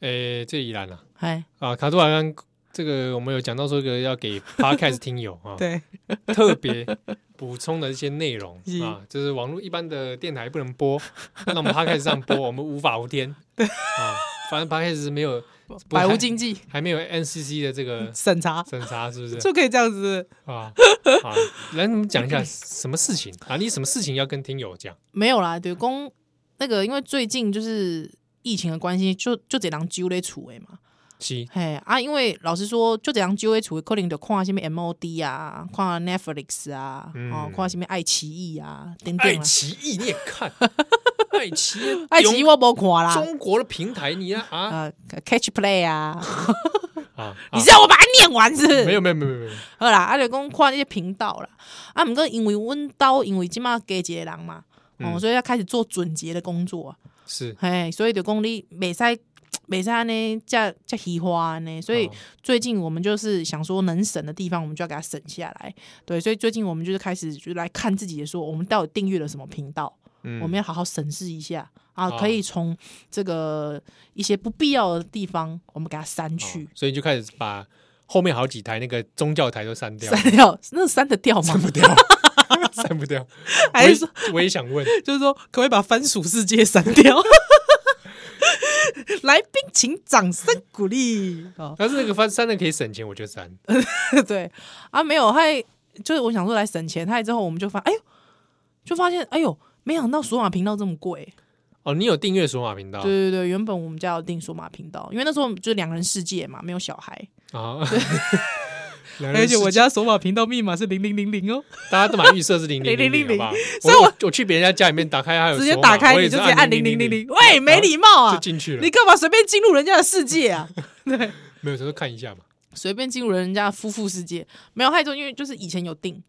诶、这宜兰啊，哎，啊，卡杜瓦刚这个我们有讲到说，这个要给 podcast 听友啊，对，特别补充的一些内容是啊，就是网络一般的电台不能播，那我们 podcast 上播，我们无法无天，啊，反正 podcast 是没有不百无太禁忌还没有 NCC 的这个审查审查，是不是就可以这样子，啊？啊，来你们讲一下什么事情啊？你什么事情要跟听友讲？没有啦，对公那个，因为最近就是疫情的关系，就就这人揪咧厝诶嘛，七嘿啊，因为老实说，就这人揪咧厝的，可能就看什么 MOD 啊，看 Netflix 啊，嗯哦，看什么爱奇艺啊，等等爱啦，奇艺你也 看，爱奇艺，爱奇艺我无看啦，中国的平台你啊啊啊，Catch Play 啊， 啊！你是要我把它念完是不是？没有没有没有没有，好啦，啊，就讲看那些频道啦。啊，毋过因为阮兜因为即马加一个人嘛，哦、嗯所以要开始做准节的工作啊。是嘿，所以就讲你袂使袂使安尼，遮遮喜欢安尼。所以哦最近我们就是想说，能省的地方我们就要给它省下来。对，所以最近我们就是开始就来看自己的说，我们到底订阅了什么频道，嗯我们要好好审视一下。啊，哦可以从这个一些不必要的地方，我们给它删去哦，所以就开始把后面好几台那个宗教台都删掉，删掉，那删得掉吗删？不掉， 删不掉。还是说我也我也想问，就是说，可不可以把番薯世界删掉？ 来宾，请掌声鼓励。哦，但是那个翻删的可以省钱，我就删。 呃对啊，没有，还就是我想说来省钱，还之后我们就发，哎呦，就发现，哎呦，没想到索马频道这么贵。哦，你有订阅索马频道对对对，原本我们家有订索马频道，因为那时候就两人世界嘛，没有小孩，啊？而且我家索马频道密码是零零零零哦，大家都把预 设是零零零0000零，好不好？所以我我我去别人家家里面打开，还有直接索马打开我也你是就直接按零零零零零，零，喂，没礼貌就啊！进去了你。干嘛随便进入人家的世界 啊？对。没有，就说看一下嘛。随便进入人家的夫妇世界，没有害就因为就是以前有定，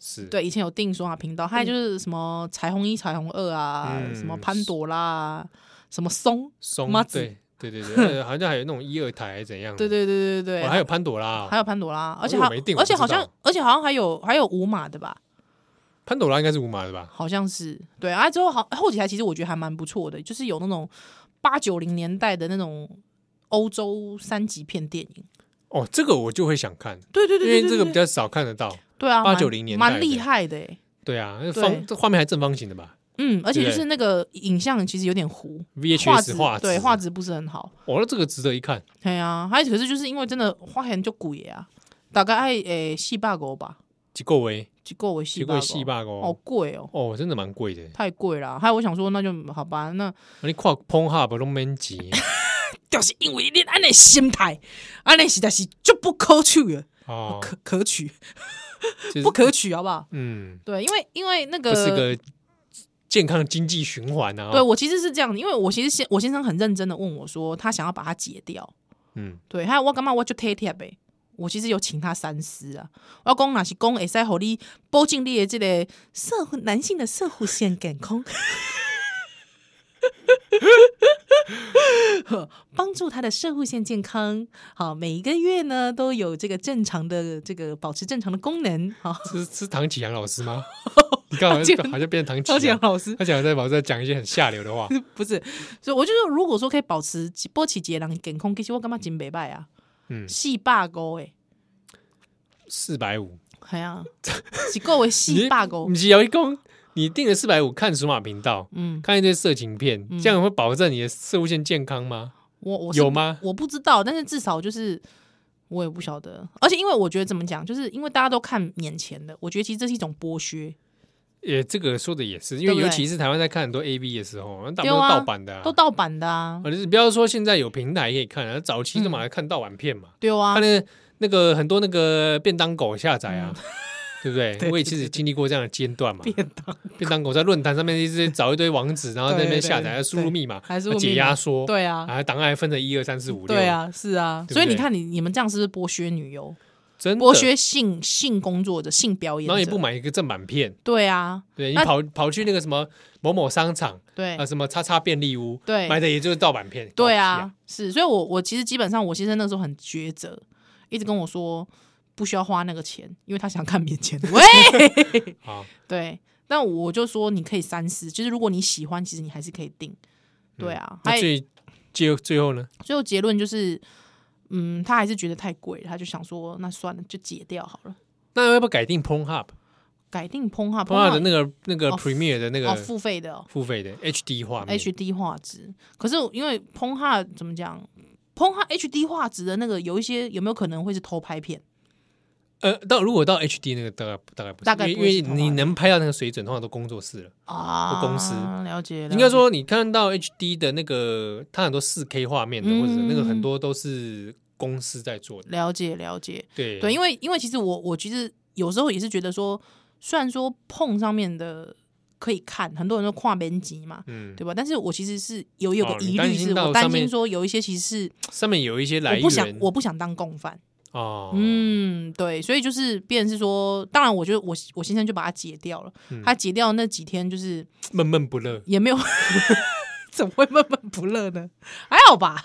是，对，以前有定说啊频道，还有就是什么彩虹一、彩虹二啊，嗯什么潘朵拉啊，什么松，松妈子对对对 对，呃好像还有那种一二台还是怎样的？对对对对对，嗯哦，还有潘朵拉哦，还有潘朵拉，而且我好没定，我而且不知好像道而且好像还有还有五马的吧，潘朵拉应该是无码的吧？好像是对啊，之后好后几台其实我觉得还蛮不错的，就是有那种八九零年代的那种欧洲三级片电影，哦，这个我就会想看，对对因对对为对，这个对比较少看得到。对啊，蛮890年代蛮的厉害的欸，对啊，那对方这画面还正方形的吧嗯，而且就对是那个影像其实有点糊。画质？VHS 画质，对画，质不是很好。我说这个值得一看。对啊，还有可是就是因为真的花钱就贵啊，大概爱诶四百五吧，几够维，就够我四几百够五，戏吧好哦，贵哦，哦，真的蛮贵的。太贵了。啊还有我想说，那就好吧，那你跨 Pornhub 都免钱就是因为你安尼心态，安尼实在是就不可取了， 哦，可可取就是不可取，好不好？嗯，对，因为因为那不是个。个健康经济循环啊。对，我其实是这样的，因为我其实先我先生很认真的问我说，他想要把它解掉，嗯，对，还有我感觉我就体贴呗。我其实有请他三思啊，我讲若是讲会使互你保证你的这个射护男性的射护腺健康，帮助他的射护腺健康。好，每一个月呢都有这个正常的这个保持正常的功能。好，是是唐启阳老师 吗？你刚好唐启像阳好像变成唐而启且阳，老师他讲在老在讲一些很下流的话。不是，所以我就说，如果说可以保持保持一个人健康，其实我感觉真袂歹啊，嗯，四百五诶，四百五，系啊，一个月四百五你，是有一公，你定了四百五看数码频道，嗯。看一堆色情片，这样会保证你的射物线健康吗？我我是有吗？我不知道，但是至少就是我也不晓得。而且因为我觉得怎么讲，就是因为大家都看眼前的，我觉得其实这是一种剥削，也这个说的也是，因为对不对尤其是台湾在看很多 A V 的时候，大部分对都啊盗版的、啊，都盗版的啊，啊，就是不要说现在有平台可以看啊，早期干嘛看盗版片嘛，对啊看，那那个很多那个便当狗下载啊。 对不对？嗯 对我也其实经历过这样的间断嘛。便当便当狗在论坛上面一直找一堆网址，然后在那边对对下载，对输入密码，还是会解密码压缩，对啊，啊，档案还分成一二三四五六，对，啊，是啊。对不对所以你看你，你们这样是不是剥削女优，真的剥削性性工作者、性表演然后者？也不买一个正版片，对啊，对你那跑跑去那个什么某某商场对啊，什么叉叉便利屋，对买的也就是盗版片，哎对搞屁啊，是。所以我我其实基本上，我先生那时候很抉择，一直跟我说不需要花那个钱，因为他想看免钱的。喂。啊，好，对，但我就说你可以三思，就是如果你喜欢，其实你还是可以定。对啊，嗯那还有最最后最后呢，最后结论就是，嗯，他还是觉得太贵了，他就想说，那算了，就解掉好了，那要不要改定 Pornhub？Pornhub 改定 p o n h u 的那个那个哦 Premiere 的那个哦付费的、哦、付费的 HD 画面 HD 画质。可是因为 p o n h u 怎么讲 p o n h u HD 画质的那个有一些有没有可能会是偷拍片？呃，到如果到 HD 那个大概大概不是大概因不为会因是为同你行能拍到那个水准，通常都工作室了。啊，公司了解，了应该解说，你看到 HD 的那个，它很多四 K 画面的，嗯或者那个很多都是公司在做的。了解了解，对对，因为为因为其实我我其实有时候也是觉得说，虽然说碰上面的可以看，很多人都跨编辑嘛，嗯，对吧？但是我其实是有有哦个你疑担虑，心是到我担上面心说有一些其实是上面有一些来我源，不想我不想当共犯，哦，嗯，对，所以就是变成是说，当然我就我我先生就把它解掉了，嗯他解掉那几天就是闷闷不乐。也没有， 怎么会闷闷不乐呢？还好吧，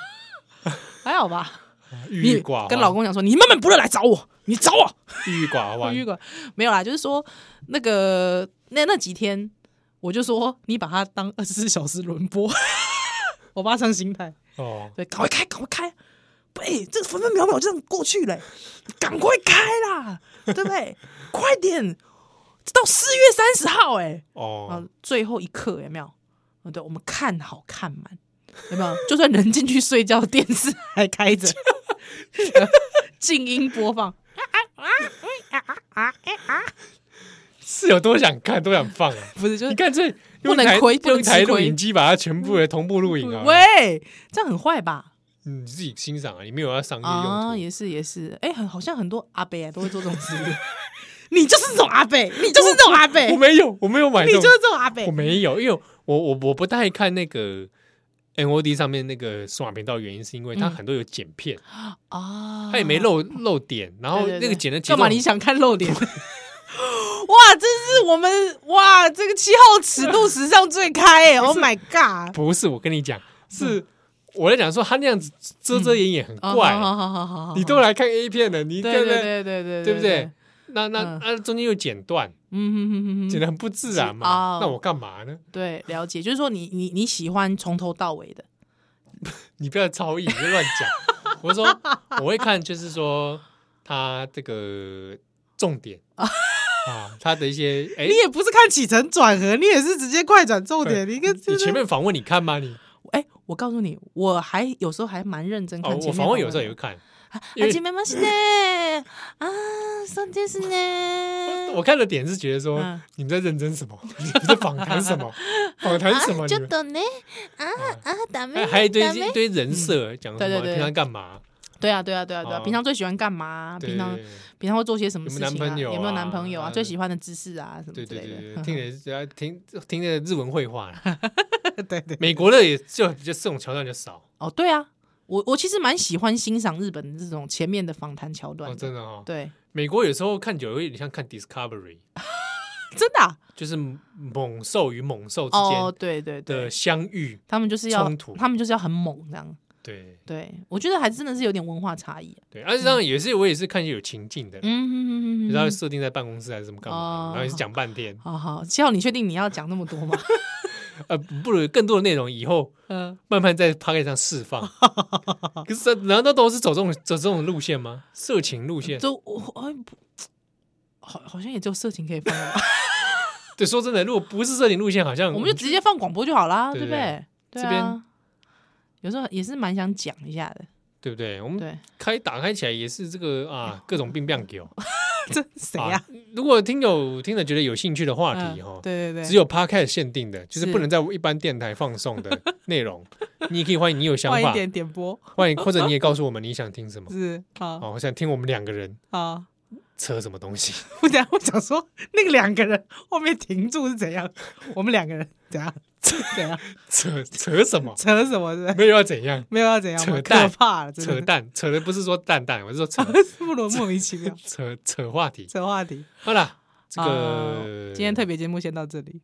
还好吧。郁你郁寡欢跟老公讲说，你闷闷不乐来找我，你找我。郁郁寡欢郁，寡没有啦，就是说那个那那几天，我就说你把它当二十四小时轮 播，我妈这样心态，哦，对，赶快开，赶快开。哎、这分分秒秒就这样过去了、赶快开 啦，对不对？快点，到四月三十号、哎，啊哦，，最后一刻有没有？哦对，我们看好看满，有没有？就算人进去睡觉，电视还开着，静音播放。是有多想看，多想放啊！不是，就是你看这不用能一台亏不能用一台吃录亏影机把它全部的同步录影啊，喂，这样很坏吧？你自己欣赏啊，你没有要商业啊，用途。也是也是，哎、很好像很多阿伯啊都会做这种事。 你就是这 种阿伯，你就是这种阿伯，我你没有，我没有买这就种，是这种阿伯我。没有，因为我我我不太看那个 NOD 上面那个数码频道，原因是因为它嗯很多有剪片，啊它也没露露点，然后那个剪的节干奏嘛？你想看露脸？ 哇，这是我们哇，这个七号尺度史上最 开哎、o h my god！不是我跟你讲，嗯是我在讲说他那样子遮遮掩掩很怪，哦好好好好好，你都来看 A 片了，你嗯对不对对对对对不对？？那那嗯那中间又剪断，嗯哼哼哼剪哼，的很不自然是嘛哦，那我干嘛呢？对，了解，就是说你你你喜欢从头到尾的，你不要超意，你就乱讲。我说我会看，就是说他这个重点啊，他的一些哎 哦你。也不是看起承转合，你也是直接快转重点，对你跟你前面访问你看吗？你哎、我告诉你，我还有时候还蛮认真看哦前，我面、访问有时候也会看，啊，因为前面嘛是呢，啊，上电视呢， 我看的点是觉得说嗯你们在认真什么， 你们在访谈什么，访谈什么？啊你就们懂呢，啊啊，打还 咩？还有一堆打咩一堆人设讲什嗯对对么对平常干嘛？对啊，对啊，对啊，对啊，哦平常最喜欢干嘛？对平常平常会做些什么事情、啊？有没有男朋友啊有没有男朋友啊？啊最喜欢的姿势啊，什么对之对类对的嗯对，。听着只要听听着日文绘画， 对对，美国的也就比较这种桥段就少哦，对啊，我我其实蛮喜欢欣赏日本这种前面的访谈桥段哦，真的哦。对，美国有时候看久了有点像看 Discovery，真的啊、就是猛兽与猛兽之哦，间对对对的，相遇。他们就是要冲突他们就是要很猛这样。对对，我觉得还真的是有点文化差异、啊对，而且当然也是我也是看有情境的，比嗯，如他设定在办公室还是什么干嘛哦的，然后也是讲半天。好好，七号，你确定你要讲那么多 吗？呃，不如更多的内容以后嗯，慢慢在 p o c k e t 上释 放。可是难道都是走这种走这种路线吗？色情路线？就我哎不，好，好像也只有色情可以放 了吧。对，说真的，如果不是色情路线，好像我们就直接放广播就好啦，对对不对？对这边啊，有时候也是蛮想讲一下的，对不对？我们对，开打开起来也是这个啊，各种病病狗。 这谁啊？如果听友听了觉得有兴趣的话题哈，嗯对对对，只有 podcast 限定的，就是是不能在一般电台放送的内 容。你也可以欢迎你有想换一法，点点播欢迎或者你也告诉我们你想听什么。是啊哦，我想听我们两个人 啊！扯什么东 西。我等下我想说，那个两个人后面停住是怎样？ 我们两个人怎 样怎样？扯扯什么啊扯什么？ 是没有要怎样？没有要怎样样吗扯可淡怕了，扯淡，扯的不是说蛋蛋，我是说 扯是不莫名其妙扯扯话题。扯话题。好啦，这啊个今天特别节目先到这里，